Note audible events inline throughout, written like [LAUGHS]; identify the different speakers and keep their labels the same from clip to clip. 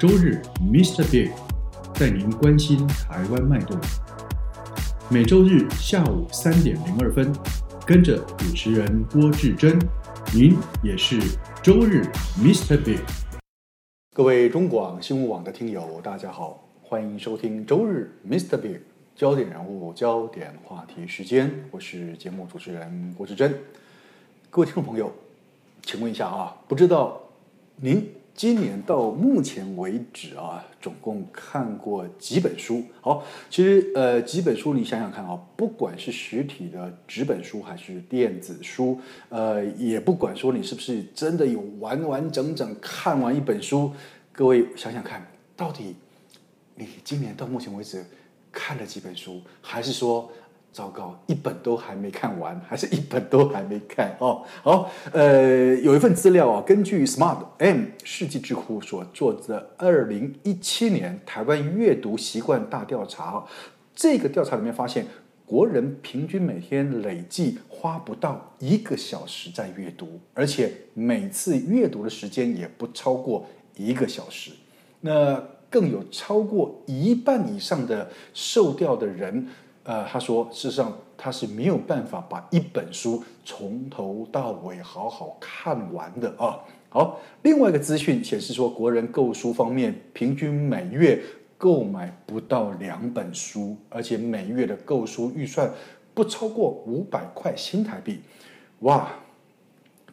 Speaker 1: 周日，Mr. Big 带您关心台湾脉动。每周日下午三点零二分，跟着主持人郭志珍，您也是周日 Mr. Big。
Speaker 2: 各位中广新闻网的听友，大家好，欢迎收听周日 Mr. Big 焦点人物、焦点话题时间，我是节目主持人郭志珍。各位听众朋友，请问一下啊，不知道您今年到目前为止啊，总共看过几本书？好，其实呃，几本书你想想看啊，不管是实体的纸本书还是电子书，呃，也不管说你是不是真的有完完整整看完一本书，各位想想看，到底你今年到目前为止看了几本书？还是说？糟糕，一本都还没看完，还是一本都还没看哦。好，呃，有一份资料啊，根据 Smart M 世纪智库所做的二零一七年台湾阅读习惯大调查，啊这个调查里面发现，国人平均每天累计花不到一个小时在阅读，而且每次阅读的时间也不超过一个小时。那更有超过一半以上的受调的人。呃，他说，事实上他是没有办法把一本书从头到尾好好看完的啊。好，另外一个资讯显示说，国人购书方面，平均每月购买不到两本书，而且每月的购书预算不超过五百块新台币。哇！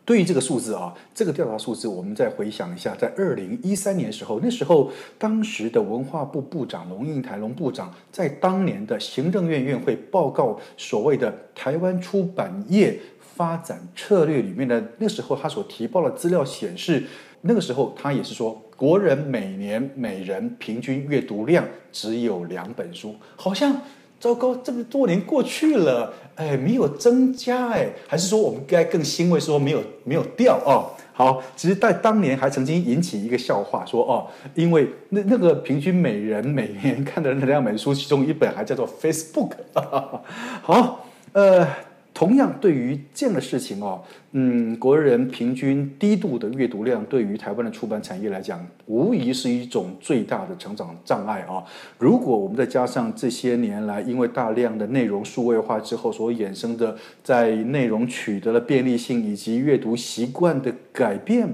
Speaker 2: 对于这个数字啊，这个调查数字，我们再回想一下，在二零一三年时候，那时候当时的文化部部长龙应台龙部长在当年的行政院院会报告所谓的台湾出版业发展策略里面的，那时候他所提报的资料显示，那个时候他也是说，国人每年每人平均阅读量只有两本书，好像。糟糕，这么多年过去了，哎，没有增加，哎，还是说我们该更欣慰，说没有没有掉哦。好，其实，在当年还曾经引起一个笑话，说哦，因为那那个平均每人每年看的那两本书，其中一本还叫做 Facebook [LAUGHS] 哈哈。好，呃，同样对于这样的事情哦，嗯，国人平均低度的阅读量，对于台湾的出版产业来讲，无疑是一种最大的成长障碍啊。如果我们再加上这些年来因为大量的内容数位化之后所衍生的在内容取得了便利性以及阅读习惯的改变，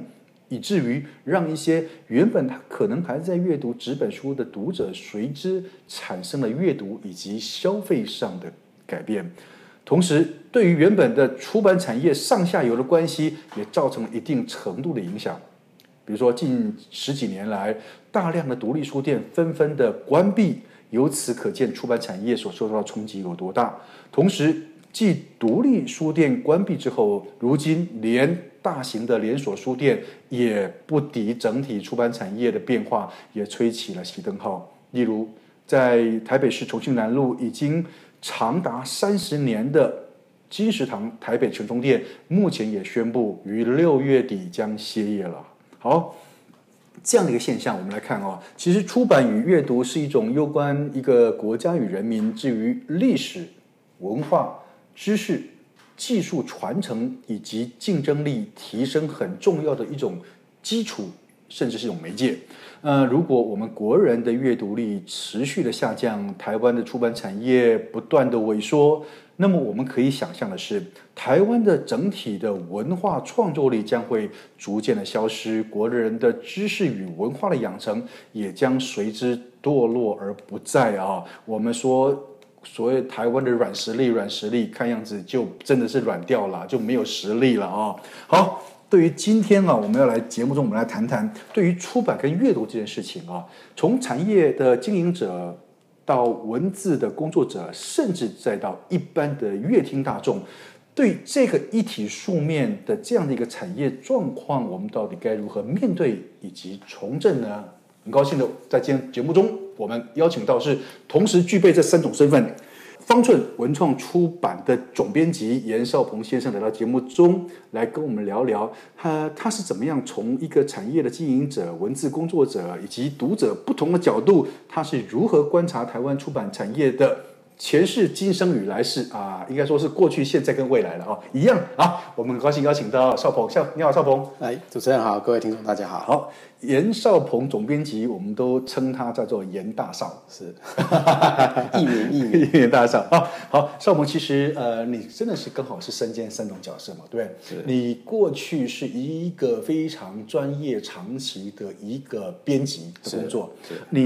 Speaker 2: 以至于让一些原本他可能还在阅读纸本书的读者，随之产生了阅读以及消费上的改变。同时，对于原本的出版产业上下游的关系，也造成了一定程度的影响。比如说，近十几年来，大量的独立书店纷纷的关闭，由此可见，出版产业所受到的冲击有多大。同时，继独立书店关闭之后，如今连大型的连锁书店也不敌整体出版产业的变化，也吹起了熄灯号。例如，在台北市重庆南路已经。长达三十年的金石堂台北城中店，目前也宣布于六月底将歇业了。好，这样的一个现象，我们来看哦，其实出版与阅读是一种攸关一个国家与人民至于历史、文化、知识、技术传承以及竞争力提升很重要的一种基础，甚至是一种媒介。呃，如果我们国人的阅读力持续的下降，台湾的出版产业不断的萎缩，那么我们可以想象的是，台湾的整体的文化创作力将会逐渐的消失，国人的知识与文化的养成也将随之堕落而不在啊。我们说。所谓台湾的软实力，软实力看样子就真的是软掉了，就没有实力了啊、哦！好，对于今天啊，我们要来节目中，我们来谈谈对于出版跟阅读这件事情啊，从产业的经营者到文字的工作者，甚至再到一般的乐听大众，对这个一体数面的这样的一个产业状况，我们到底该如何面对以及从政呢？很高兴的在今天节目中，我们邀请到是同时具备这三种身份，方寸文创出版的总编辑严少鹏先生来到节目中来跟我们聊聊他他是怎么样从一个产业的经营者、文字工作者以及读者不同的角度，他是如何观察台湾出版产业的。前世、今生与来世啊，应该说是过去、现在跟未来了啊，一样啊。我们很高兴邀请到少鹏，少你好，少鹏。
Speaker 3: 哎，主持人好，各位听众大家好。
Speaker 2: 好，严少鹏总编辑，我们都称他叫做严大少，
Speaker 3: 是，艺名艺名，
Speaker 2: 严大少啊。好，少鹏，其实呃，你真的是刚好是身兼三种角色嘛，对不对？你过去是一个非常专业、长期的一个编辑的工作，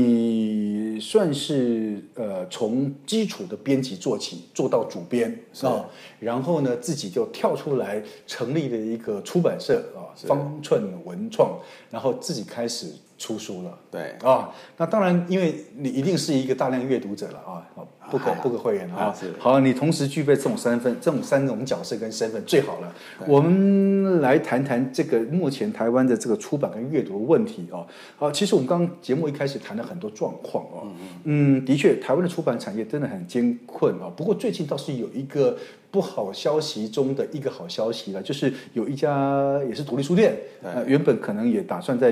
Speaker 2: 你算是呃从基础的编辑做起，做到主编啊、然后呢自己就跳出来成立了一个出版社啊、方寸文创，然后自己开始出书了。
Speaker 3: 对
Speaker 2: 啊、那当然，因为你一定是一个大量阅读者了啊，哦不可不可讳言啊
Speaker 3: 啊是。
Speaker 2: 好，你同时具备这种身份、这种三种角色跟身份最好了。我们来谈谈这个目前台湾的这个出版跟阅读的问题啊。好，其实我们刚刚节目一开始谈了很多状况哦。嗯，的确，台湾的出版产业真的很艰困啊。不过最近倒是有一个不好消息中的一个好消息了，就是有一家也是独立书店，呃，原本可能也打算在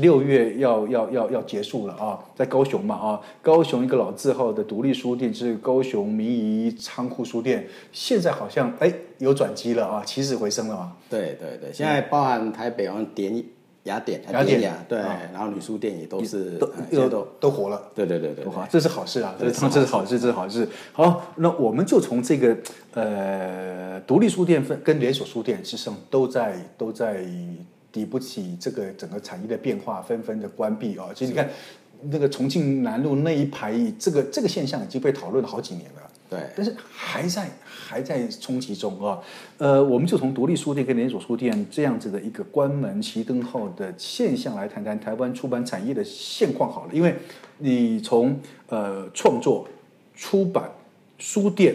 Speaker 2: 六月要要要要结束了啊，在高雄嘛啊，高雄一个老字号的独立书店，就是高雄民仪仓库书店，现在好像哎有转机了啊，起死回生了嘛。
Speaker 3: 对对对，现在包含台北好像典雅典、哎
Speaker 2: 雅典
Speaker 3: 雅，对，
Speaker 2: 啊
Speaker 3: 然后女书店也都是，
Speaker 2: 都
Speaker 3: 哎现在都，
Speaker 2: 都活了。
Speaker 3: 对对对对
Speaker 2: 不
Speaker 3: 对，
Speaker 2: 好，这是好事啊，这
Speaker 3: 对
Speaker 2: 是这是好事，这是好事。好，那我们就从这个呃独立书店分跟连锁书店，事实上都在都在抵不起这个整个产业的变化，纷纷的关闭啊、哦。其实你看那个重庆南路那一排，这个这个现象已经被讨论了好几年了。
Speaker 3: 对
Speaker 2: 但是还在还在冲击中啊。呃，我们就从独立书店跟连锁书店这样子的一个关门熄灯后的现象来谈谈台湾出版产业的现况好了，因为你从呃创作、出版、书店。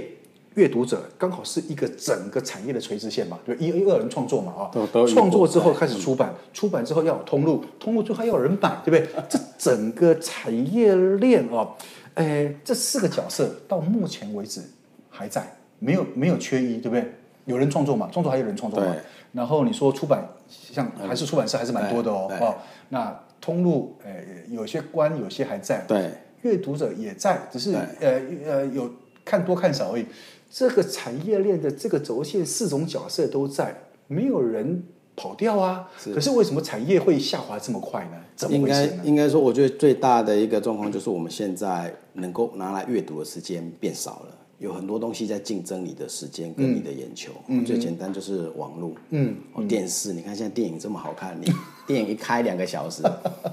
Speaker 2: 阅读者刚好是一个整个产业的垂直线嘛，对，一一二人创作嘛啊
Speaker 3: 都都，有
Speaker 2: 创作之后
Speaker 3: 对
Speaker 2: 开始出
Speaker 3: 嗯
Speaker 2: 版，出版之后要有通路，通路最后要有人买，
Speaker 3: [LAUGHS]
Speaker 2: 对不对？这整个产业链哦，哎，这四个角色到目前为止还在，没有没有缺一，对不对？有人创作嘛，创作还有人创作嘛
Speaker 3: 对。
Speaker 2: 然后你说出版，像还是出版社还是蛮多的哦
Speaker 3: 对对
Speaker 2: 哦。那通路，哎，有些关，有些还在。
Speaker 3: 对
Speaker 2: 阅读者也在，只是
Speaker 3: 对
Speaker 2: 呃呃有看多看少而已。这个产业链的这个轴线，四种角色都在，没有人跑掉啊。可是为什么产业会下滑这么快呢？怎么
Speaker 3: 应
Speaker 2: 回
Speaker 3: 该
Speaker 2: 事呢？
Speaker 3: 应该说，我觉得最大的一个状况就是我们现在能够拿来阅读的时间变少了，有很多东西在竞争你的时间跟你的眼球。
Speaker 2: 嗯
Speaker 3: 最简单就是网络，嗯，电视，你看现在电影这么好看，你 [LAUGHS] 电影一开两个小时，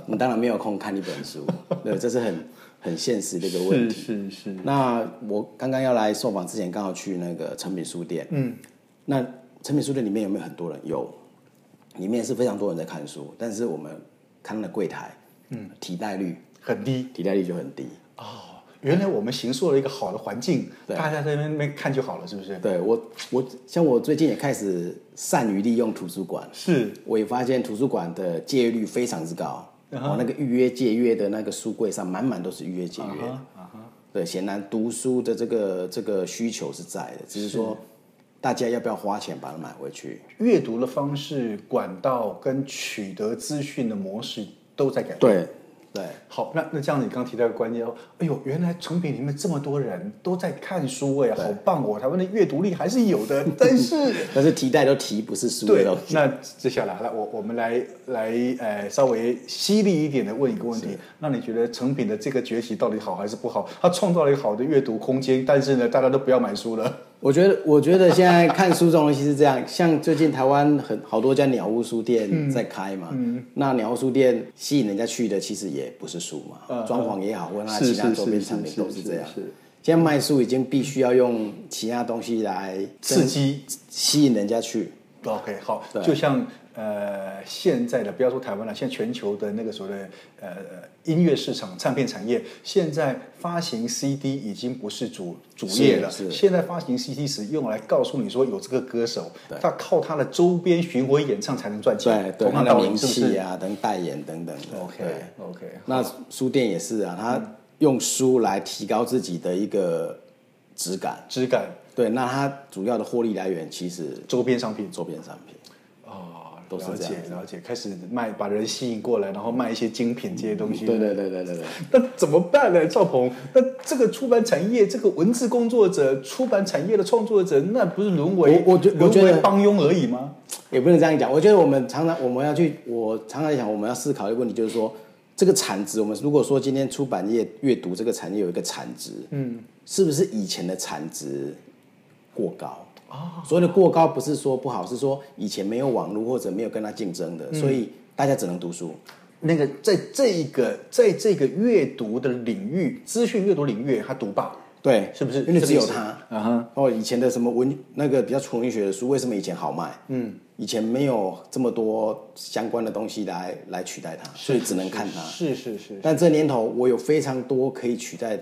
Speaker 3: 你当然没有空看一本书，对，这是很很现实的一个问题。
Speaker 2: 是是，
Speaker 3: 那我刚刚要来受访之前，刚好去那个诚品书店。嗯，那诚品书店里面有没有很多人？有，里面是非常多人在看书，但是我们看到的柜台，嗯，替代率，
Speaker 2: 很低
Speaker 3: 替代率就很低。
Speaker 2: 哦。原来我们形塑了一个好的环境，
Speaker 3: 对
Speaker 2: 大家在那边看就好了，是不是？
Speaker 3: 对我，我像我最近也开始善于利用图书馆，
Speaker 2: 是
Speaker 3: 我也发现图书馆的借阅率非常之高。我、那个预约借阅的那个书柜上，满满都是预约借阅的。对，显然读书的这个这个需求是在的，只是说大家要不要花钱把它买回去？
Speaker 2: 阅读的方式、管道跟取得资讯的模式都在改变。
Speaker 3: 对，对，
Speaker 2: 好，那那这样子，你刚提到一个观念哦，哎呦，原来成品里面这么多人都在看书哎，好棒哦！台湾的阅读力还是有的，但 [LAUGHS] 是
Speaker 3: 但是提代都提不是书的
Speaker 2: 对
Speaker 3: 东，西。
Speaker 2: 那接下来，那我我们来来呃稍微犀利一点的问一个问题，那你觉得成品的这个崛起到底好还是不好？它创造了一个好的阅读空间，但是呢，大家都不要买书了。
Speaker 3: 我觉得，我觉得现在看书这种东西是这样，像最近台湾很好多家鸟屋书店在开嘛，那鸟屋书店吸引人家去的其实也不是书嘛，装潢也好，或者它其他周边产品嗯都是这样。现在卖书已经必须要用其他东西来
Speaker 2: 刺激
Speaker 3: 吸引人家去，
Speaker 2: OK，好，
Speaker 3: 对
Speaker 2: 就像呃现在的不要说台湾了，现在全球的那个所谓的呃音乐市场、唱片产业，现在发行 CD 已经不是主主业了。
Speaker 3: 是是
Speaker 2: 现在发行 CD 时用来告诉你说有这个歌手，他靠他的周边巡回演唱才能赚
Speaker 3: 对
Speaker 2: 钱，
Speaker 3: 对，
Speaker 2: 同样
Speaker 3: 那
Speaker 2: 道
Speaker 3: 个
Speaker 2: 理
Speaker 3: 名
Speaker 2: 是不
Speaker 3: 气
Speaker 2: 是
Speaker 3: 啊，等代言等等的。
Speaker 2: ？OK
Speaker 3: 对
Speaker 2: OK，
Speaker 3: 那书店也是啊，他用书来提高自己的一个质感。
Speaker 2: 质感
Speaker 3: 对，那它主要的获利来源其实
Speaker 2: 周边商品
Speaker 3: 周边商品。
Speaker 2: 哦，
Speaker 3: 都是
Speaker 2: 了
Speaker 3: 这
Speaker 2: 解
Speaker 3: 样
Speaker 2: 了解，开始卖把人吸引过来，然后卖一些精品这些东西。
Speaker 3: 对对对对对对。
Speaker 2: [LAUGHS] 那怎么办呢，赵鹏？那这个出版产业，这个文字工作者、出版产业的创作者，那不是沦为
Speaker 3: 我我觉我
Speaker 2: 沦
Speaker 3: 觉
Speaker 2: 为
Speaker 3: 得
Speaker 2: 帮佣而已吗？
Speaker 3: 也不能这样讲。我觉得我们常常我们要去，我常常想我们要思考一个问题，就是说这个产值，我们如果说今天出版业阅读这个产业有一个产值，嗯，是不是以前的产值过高？哦，所谓的过高不是说不好，是说以前没有网络或者没有跟它竞争的，
Speaker 2: 嗯
Speaker 3: 所以大家只能读书。
Speaker 2: 那个在这一个在这个阅读的领域，资讯阅读领域，他独霸
Speaker 3: 对，
Speaker 2: 是不是
Speaker 3: 因为只有
Speaker 2: 这个意思
Speaker 3: 它，
Speaker 2: 啊哈，
Speaker 3: 哦，以前的什么文那个比较纯文学的书，为什么以前好卖？嗯，以前没有这么多相关的东西来来取代它，所以只能看它。
Speaker 2: 是是是，
Speaker 3: 但这年头，我有非常多可以取代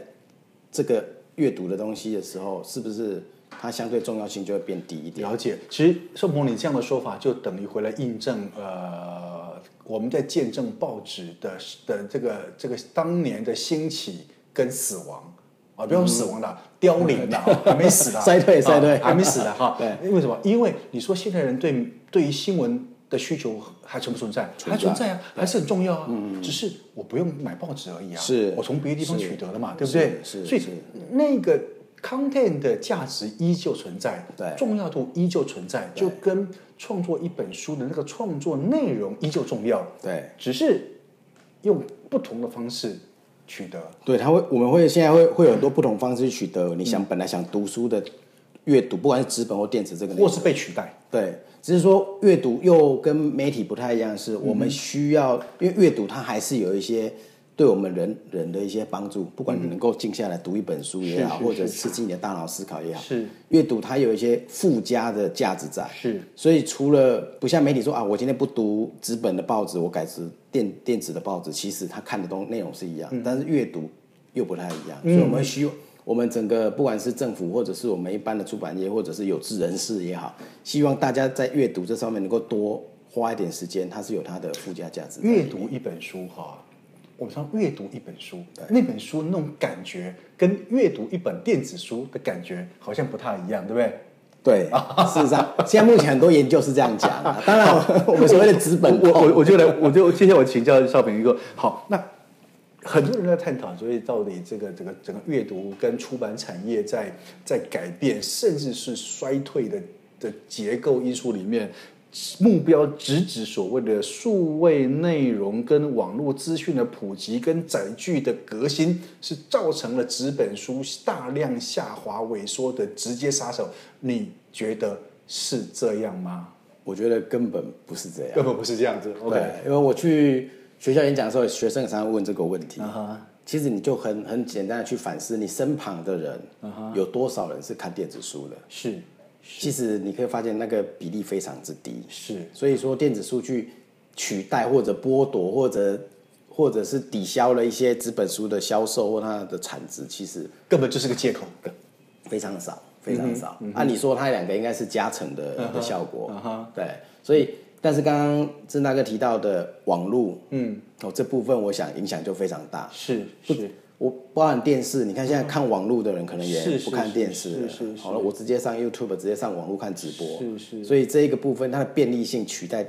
Speaker 3: 这个阅读的东西的时候，是不是它相对重要性就会变低一点？
Speaker 2: 了解。其实盛鹏，你这样的说法就等于回来印证，呃，我们在见证报纸的的这个这个当年的兴起跟死亡。啊，不用死亡了，凋
Speaker 3: [LAUGHS]
Speaker 2: 零了，还没死的，
Speaker 3: 嗯衰退
Speaker 2: 啊
Speaker 3: 衰退
Speaker 2: 还没死的
Speaker 3: [LAUGHS]
Speaker 2: 哈。
Speaker 3: 对，
Speaker 2: 为什么？因为你说现代人对对于新闻的需求还存不存在？
Speaker 3: 存在嗯
Speaker 2: 还存在啊，还是很重要啊。只是我不用买报纸而已啊，
Speaker 3: 是
Speaker 2: 我从别的地方取得了嘛，对不
Speaker 3: 是
Speaker 2: 对？
Speaker 3: 是
Speaker 2: 所以
Speaker 3: 是
Speaker 2: 那个 content 的价值依旧存在，
Speaker 3: 对
Speaker 2: 重要度依旧存在，就跟创作一本书的那个创作内容依旧重要，
Speaker 3: 对，
Speaker 2: 只是用不同的方式取得。
Speaker 3: 对，它会，我们会现在会会有很多不同方式去取得你想
Speaker 2: 嗯
Speaker 3: 本来想读书的阅读，不管是纸本或电子这个内
Speaker 2: 或
Speaker 3: 容，
Speaker 2: 是被取代，
Speaker 3: 对，只是说阅读又跟媒体不太一样，是我们需要，因为阅读它还是有一些对我们人人的一些帮助，不管你能够静下来读一本书也好，
Speaker 2: 是是
Speaker 3: 或者
Speaker 2: 是
Speaker 3: 刺激你的大脑思考也好，
Speaker 2: 是
Speaker 3: 阅读它有一些附加的价值在。
Speaker 2: 是，
Speaker 3: 所以除了不像媒体说啊，我今天不读纸本的报纸，我改读电电子的报纸，其实它看的东内容是一样，但是阅读又不太一样，所以我们需要。我们整个不管是政府，或者是我们一般的出版业，或者是有志人士也好，希望大家在阅读这上面能够多花一点时间，它是有它的附加价值在里面。
Speaker 2: 阅读一本书哈。我们常阅读一本书，那本书那种感觉跟阅读一本电子书的感觉好像不太一样，对不对？
Speaker 3: 对，事实上，现在目前很多研究是这样讲、啊。当然，我们所谓的纸
Speaker 2: [LAUGHS]
Speaker 3: 本
Speaker 2: 我我我就来，我就接下来我请教少平一个好，那很多人在探讨，所以到底这个这个整个阅读跟出版产业在在改变，甚至是衰退的的结构因素里面。目标直指所谓的数位内容跟网络资讯的普及跟载具的革新，是造成了纸本书大量下滑萎缩的直接杀手。你觉得是这样吗？
Speaker 3: 我觉得根本不是这样。
Speaker 2: 根本不是这样子。OK，
Speaker 3: 对，因为我去学校演讲的时候，学生常常问这个问题。
Speaker 2: 啊哈
Speaker 3: 其实你就很很简单的去反思，你身旁的人、有多少人是看电子书的？
Speaker 2: 啊是
Speaker 3: 其实你可以发现那个比例非常之低。
Speaker 2: 是
Speaker 3: 所以说电子书去取代或者剥夺或者或者是抵消了一些纸本书的销售或它的产值，其实
Speaker 2: 根本就是个借口。
Speaker 3: 非常少，非
Speaker 2: 嗯
Speaker 3: 常少。按、理说，它两个应该是加成的、的效果
Speaker 2: 嗯哼
Speaker 3: 对，所以但是刚刚郑大哥提到的网络，嗯，哦这部分我想影响就非常大。
Speaker 2: 是是
Speaker 3: 我包含电视，你看现在看网络的人可能也
Speaker 2: 嗯是
Speaker 3: 不看电视了
Speaker 2: 是是是是
Speaker 3: 好了，我直接上 YouTube，直接上网络看直播，
Speaker 2: 是是
Speaker 3: 所以这一个部分它的便利性取代，实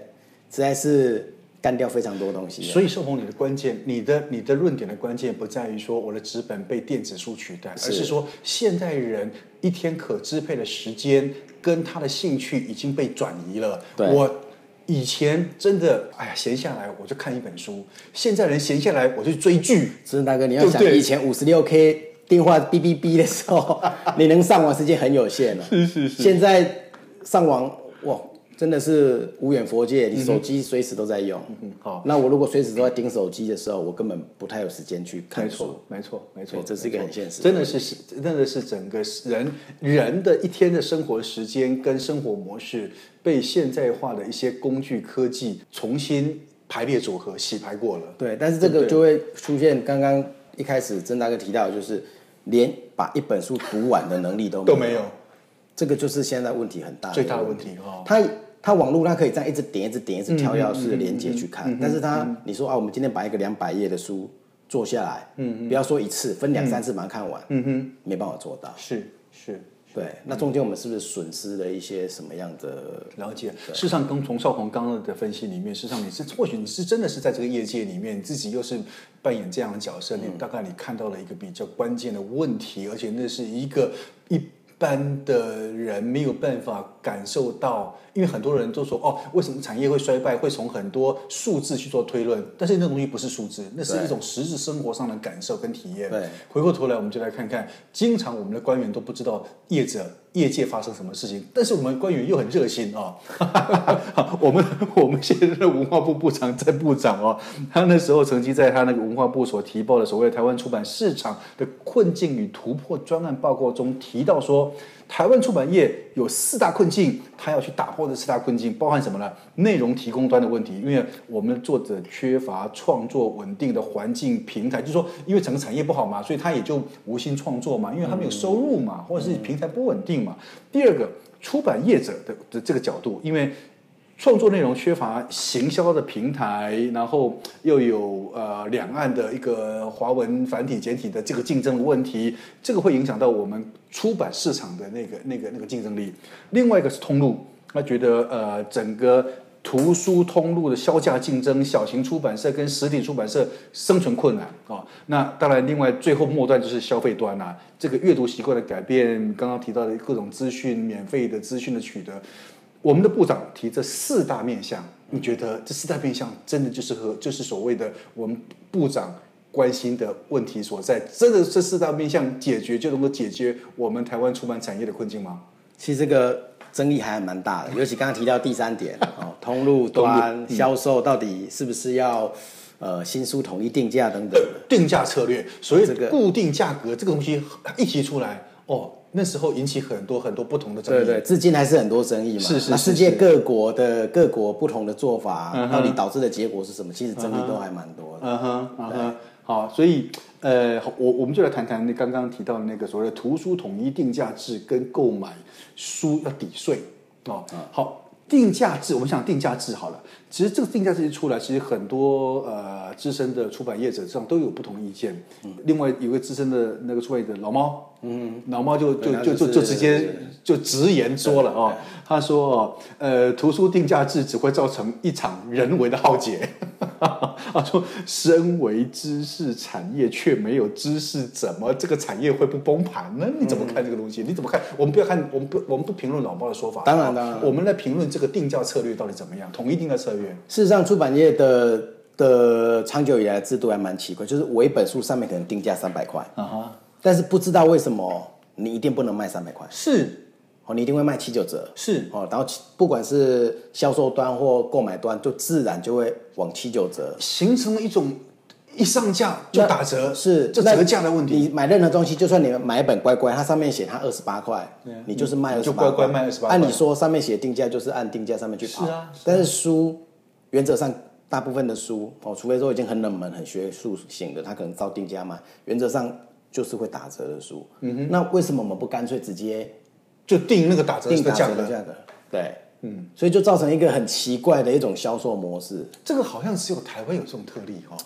Speaker 3: 在是干掉非常多东西了。
Speaker 2: 所以盛鹏，你的关键，你的你的论点的关键不在于说我的纸本被电子书取代，而是说现代人一天可支配的时间跟他的兴趣已经被转移了。
Speaker 3: 对
Speaker 2: 我。以前真的，哎呀，闲下来我就看一本书。现在人闲下来我就追剧，
Speaker 3: 孙大哥，你要
Speaker 2: 对不
Speaker 3: 想
Speaker 2: 对
Speaker 3: 以前五十六 K 电话哔哔哔的
Speaker 2: [LAUGHS]
Speaker 3: 时候，你能上网时间很有限了、是是是。现在上网哇，真的是无远佛
Speaker 2: 嗯
Speaker 3: 界，你手机随时都在用。
Speaker 2: 好，
Speaker 3: 那我如果随时都在盯手机的时候，我根本不太有时间去
Speaker 2: 没
Speaker 3: 看书。
Speaker 2: 错，没错，没错
Speaker 3: 对，这是一个
Speaker 2: 没错
Speaker 3: 很现实的
Speaker 2: 真的是是，真的是整个人人的一天的生活时间跟生活模式被现代化的一些工具科技重新排列组合、洗牌过了。
Speaker 3: 对，但是这
Speaker 2: 对
Speaker 3: 个
Speaker 2: 对
Speaker 3: 就会出现刚刚一开始郑大哥提到，就是连把一本书读完的能力都
Speaker 2: 都没有，
Speaker 3: 这个就是现在问题很大的
Speaker 2: 最大
Speaker 3: 啊
Speaker 2: 的
Speaker 3: 问
Speaker 2: 问题哦
Speaker 3: 它它网络它可以这样一直点、一直点、一直跳钥匙连接去看，但是它你说啊，我们今天把一个两百页的书坐下来，嗯，不要说一次，分两三次把它看完，嗯哼，没办法做到。
Speaker 2: 是是。
Speaker 3: 对，那中间我们是不是损失了一些什么样的？
Speaker 2: 了解，事实上，刚从邵红刚刚的分析里面，事实上你是或许你是真的是在这个业界里面，你自己又是扮演这样的角色，你大概你看到了一个比较关键的问题，而且那是一个一般的人没有办法感受到，因为很多人都说哦，为什么产业会衰败，会从很多数字去做推论，但是那东西不是数字，那是
Speaker 3: 对
Speaker 2: 一种实质生活上的感受跟体验。
Speaker 3: 对
Speaker 2: 回过头来，我们就来看看，经常我们的官员都不知道业者业界发生什么事情，但是我们官员又很热心啊、 [LAUGHS] 哦。我们 [LAUGHS] 我们现在的文化部部长在部长哦，他那时候曾经在他那个文化部所提报的所谓的台湾出版市场的困境与突破专案报告中提到说，台湾出版业有四大困境，他要去打破这四大困境，包含什么呢？内容提供端的问题，因为我们的作者缺乏创作稳定的环境平台，就是说，因为整个产业不好嘛，所以他也就无心创作嘛，因为他没有收入嘛，或者是平台不稳定嘛。第二个，出版业者的的这个角度，因为创作内容缺乏行销的平台，然后又有呃两岸的一个华文繁体简体的这个竞争的问题，这个会影响到我们出版市场的那个那个那个竞争力。另外一个是通路，他觉得呃整个图书通路的销价竞争，小型出版社跟实体出版社生存困难啊、哦那当然，另外最后末端就是消费端啊，这个阅读习惯的改变，刚刚提到的各种资讯、免费的资讯的取得。我们的部长提这四大面向，你觉得这四大面向真的就是和就是所谓的我们部长关心的问题所在？真的这四大面向解决就能够解决我们台湾出版产业的困境吗？
Speaker 3: 其实这个争议还蛮大的，尤其刚刚提到第三点哦，通路嗯端销售到底是不是要呃新书统一定价等等的。
Speaker 2: 定价策略，所以
Speaker 3: 这个
Speaker 2: 固定价格这个东西一提出来，哦，那时候引起很多很多不同的争议。
Speaker 3: 对对，至今还是很多争议嘛。
Speaker 2: 是是
Speaker 3: 那
Speaker 2: 是
Speaker 3: 世界
Speaker 2: 是
Speaker 3: 各国的各国不同的做法，到底导致的结果是什么？其实争议都还蛮多的。
Speaker 2: 嗯哼，嗯哼，好，所以呃，我我们就来谈谈那刚刚提到的那个所谓的图书统一定价制跟购买书要抵税哦。
Speaker 3: 嗯
Speaker 2: 好，定价制，我们想定价制好了。其实这个定价制一出来，其实很多呃资深的出版业者上都有不同的意见。
Speaker 3: 嗯
Speaker 2: 另外有个资深的那个出版业者老猫，嗯，老猫就就
Speaker 3: 对他
Speaker 2: 就
Speaker 3: 就
Speaker 2: 就
Speaker 3: 是
Speaker 2: 就直接就直言说了哦，他说哦，呃，图书定价制只会造成一场人为的浩劫。 [LAUGHS] 他啊说，身为知识产业却没有知识，怎么这个产业会不崩盘呢？你怎么
Speaker 3: 嗯
Speaker 2: 看这个东西？你怎么看？我们不要看，我们不，我们不评论老包的说法。
Speaker 3: 当然当然
Speaker 2: 我们来评论这个定价策略到底怎么样，统一定价策略。
Speaker 3: 事实上，出版业的的长久以来的制度还蛮奇怪，就是我一本书上面可能定价三百块，
Speaker 2: 啊哈，
Speaker 3: 但是不知道为什么你一定不能卖三百块，
Speaker 2: 是
Speaker 3: 哦，你一定会卖七九折。
Speaker 2: 是，
Speaker 3: 哦，然后其不管是销售端或购买端，就自然就会往七九折
Speaker 2: 形成了一种一上架就打折，
Speaker 3: 是
Speaker 2: 这
Speaker 3: 那
Speaker 2: 折价的问
Speaker 3: 你
Speaker 2: 题。
Speaker 3: 买任何东西，就算你买一本乖乖，它上面写它二十八块，你就是卖
Speaker 2: 你
Speaker 3: 二
Speaker 2: 啊嗯就
Speaker 3: 十
Speaker 2: 乖
Speaker 3: 八，
Speaker 2: 乖卖28块
Speaker 3: 按理说上面写定价就是按定价上面去跑，
Speaker 2: 是啊是啊
Speaker 3: 但是书原则上大部分的书哦，除非说已经很冷门、很学术型的，它可能照定价卖，原则上就是会打折的书。嗯哼，那为什么我们不干脆直接
Speaker 2: 就定那个打折
Speaker 3: 定
Speaker 2: 的
Speaker 3: 打
Speaker 2: 价
Speaker 3: 折
Speaker 2: 格
Speaker 3: 的，价格？对，嗯，所以就造成一个很奇怪的一种销售模式。
Speaker 2: 这个好像只有台湾有这种特例哦。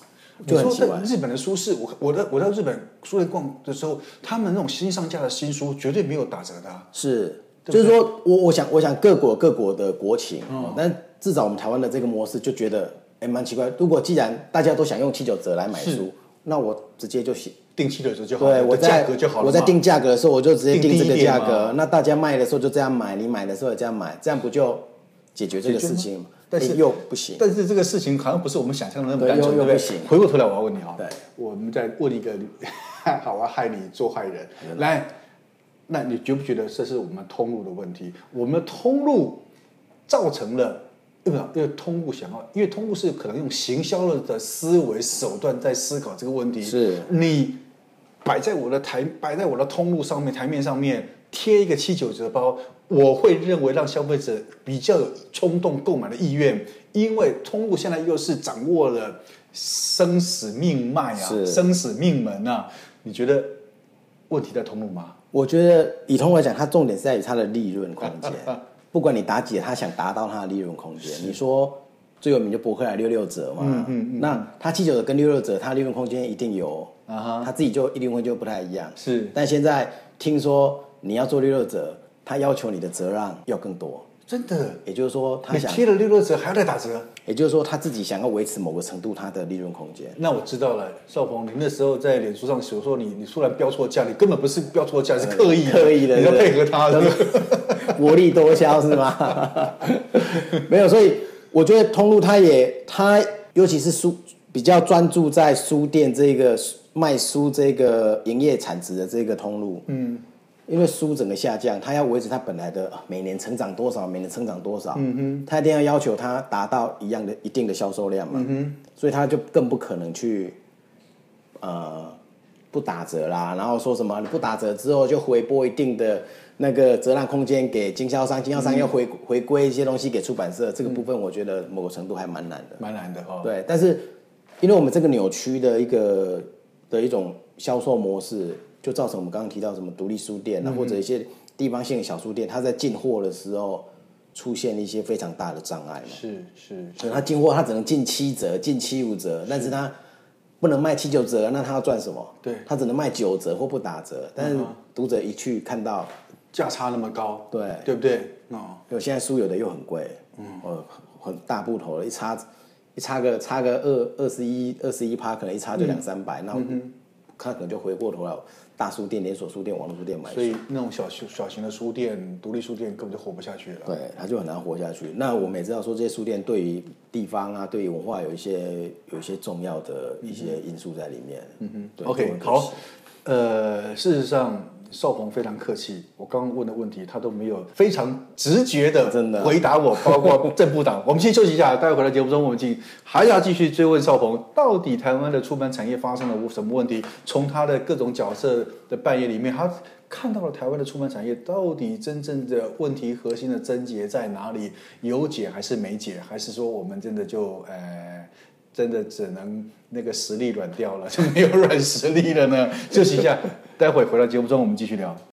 Speaker 3: 就很
Speaker 2: 你说
Speaker 3: 奇怪
Speaker 2: 在日本的书市，我我在我在日本书店逛的时候，他们那种新上架的新书绝对没有打折的、啊。
Speaker 3: 是，
Speaker 2: 对不
Speaker 3: 就是说我我想我想各国各国的国情，哦、但至少我们台湾的这个模式就觉得，哎，蛮奇怪。如果既然大家都想用七九折来买
Speaker 2: 是
Speaker 3: 书，那我直接就写，
Speaker 2: 定期的折就好了，
Speaker 3: 对我
Speaker 2: 的价
Speaker 3: 在
Speaker 2: 格就好了嘛。
Speaker 3: 我在定价格的时候，我就直接
Speaker 2: 定
Speaker 3: 定
Speaker 2: 低
Speaker 3: 这个
Speaker 2: 一点
Speaker 3: 价
Speaker 2: 嘛
Speaker 3: 格。那大家卖的时候就这样买，你买的时候也这样买，这样不就解决这个事情吗？
Speaker 2: 但
Speaker 3: 哎
Speaker 2: 是
Speaker 3: 又不行。
Speaker 2: 但是这个事情好像不是我们想象的那么
Speaker 3: 对
Speaker 2: 单纯，
Speaker 3: 又又
Speaker 2: 对不对？
Speaker 3: 不行
Speaker 2: 回过头来，我要问你啊、
Speaker 3: 对
Speaker 2: 我们再问一个， [LAUGHS] 好，我要害你做坏人。来，那你觉不觉得这是我们通路的问题？我们的通路造成了因为因为通路想要，因为通路是可能用行销的思维手段在思考这个问题，
Speaker 3: 是
Speaker 2: 你摆在我的台摆在我的通路上面台面上面贴一个七九折包，我会认为让消费者比较有冲动购买的意愿，因为通路现在又是掌握了生死命脉啊，
Speaker 3: 是
Speaker 2: 生死命门啊，你觉得问题在通路吗？
Speaker 3: 我觉得以通来讲，它重点是在于它的利润空
Speaker 2: [LAUGHS]
Speaker 3: 间。不管你打几折，它想达到它的利润空间。你说最有名就博客来六六折嘛，
Speaker 2: 嗯嗯
Speaker 3: 那它七九折跟六六折，它利润空间一定有，
Speaker 2: 啊哈
Speaker 3: 它自己就利润空间就不太一样。
Speaker 2: 是
Speaker 3: 但现在听说你要做六六折，它要求你的折让要更多，
Speaker 2: 真的，
Speaker 3: 也就是说它
Speaker 2: 你
Speaker 3: 想，
Speaker 2: 贴了六六折还要再打折？
Speaker 3: 也就是说它自己想要维持某个程度它的利润空间。
Speaker 2: 那我知道了，少鹏，你那时候在脸书上写说你你突然标错价，你根本不是标错价，是刻意的
Speaker 3: 呃刻意的，
Speaker 2: 你要
Speaker 3: 对
Speaker 2: 配合他
Speaker 3: [LAUGHS]
Speaker 2: 的。
Speaker 3: 薄利多销是吗？ [LAUGHS] 没有，所以我觉得通路它也它，尤其是书比较专注在书店这个卖书这个营业产值的这个通路，嗯，因为书整个下降，它要维持它本来的啊每年成长多少，每年成长多少，嗯哼，它一定要要求它达到一样的一定的销售量嘛，嗯哼，所以它就更不可能去呃不打折啦，然后说什么你不打折之后就回拨一定的那个折让空间给经销商，经销商要回、回归一些东西给出版社，这个部分我觉得某个程度还蛮难的。
Speaker 2: 蛮难的哦。
Speaker 3: 对，但是因为我们这个扭曲的一个的一种销售模式，就造成我们刚刚提到什么独立书店啊，或者一些地方性的小书店，它在进货的时候出现一些非常大的障碍嘛。
Speaker 2: 是是
Speaker 3: 可能他进货他只能进七折、进七五折，但是他不能卖七九折，那他要赚什么？
Speaker 2: 对
Speaker 3: 他只能卖九折或不打折。但是读者一去看到，
Speaker 2: 价差那么高，
Speaker 3: 对
Speaker 2: 对不对？哦，
Speaker 3: 有现在书有的又很贵，嗯，哦，很大部头了，一差一差个差个二二十一二十一趴，可能一差
Speaker 2: 嗯
Speaker 3: 就两三百，那他可能就回过头来大书店、连锁书店、网络书店买
Speaker 2: 所以那种小小小型的书店、独立书店根本就活不下去了。
Speaker 3: 对，他就很难活下去。那我们也知道说，这些书店对于地方啊，对于文化有一些有一些重要的一些因素在里面。嗯哼对
Speaker 2: OK，好，，呃，事实上，少鹏非常客气，我刚刚问的问题他都没有非常直觉的
Speaker 3: 真的
Speaker 2: 回答我，包括正部长。我们先休息一下，待会回来节目中，我们进还要继续追问少鹏，到底台湾的出版产业发生了什么问题？从他的各种角色的扮演里面，他。看到了台湾的出版产业到底真正的问题核心的症结在哪里？有解还是没解？还是说我们真的就呃真的只能那个实力软掉了，就没有软实力了呢？休息一下，待会回到节目中我们继续聊。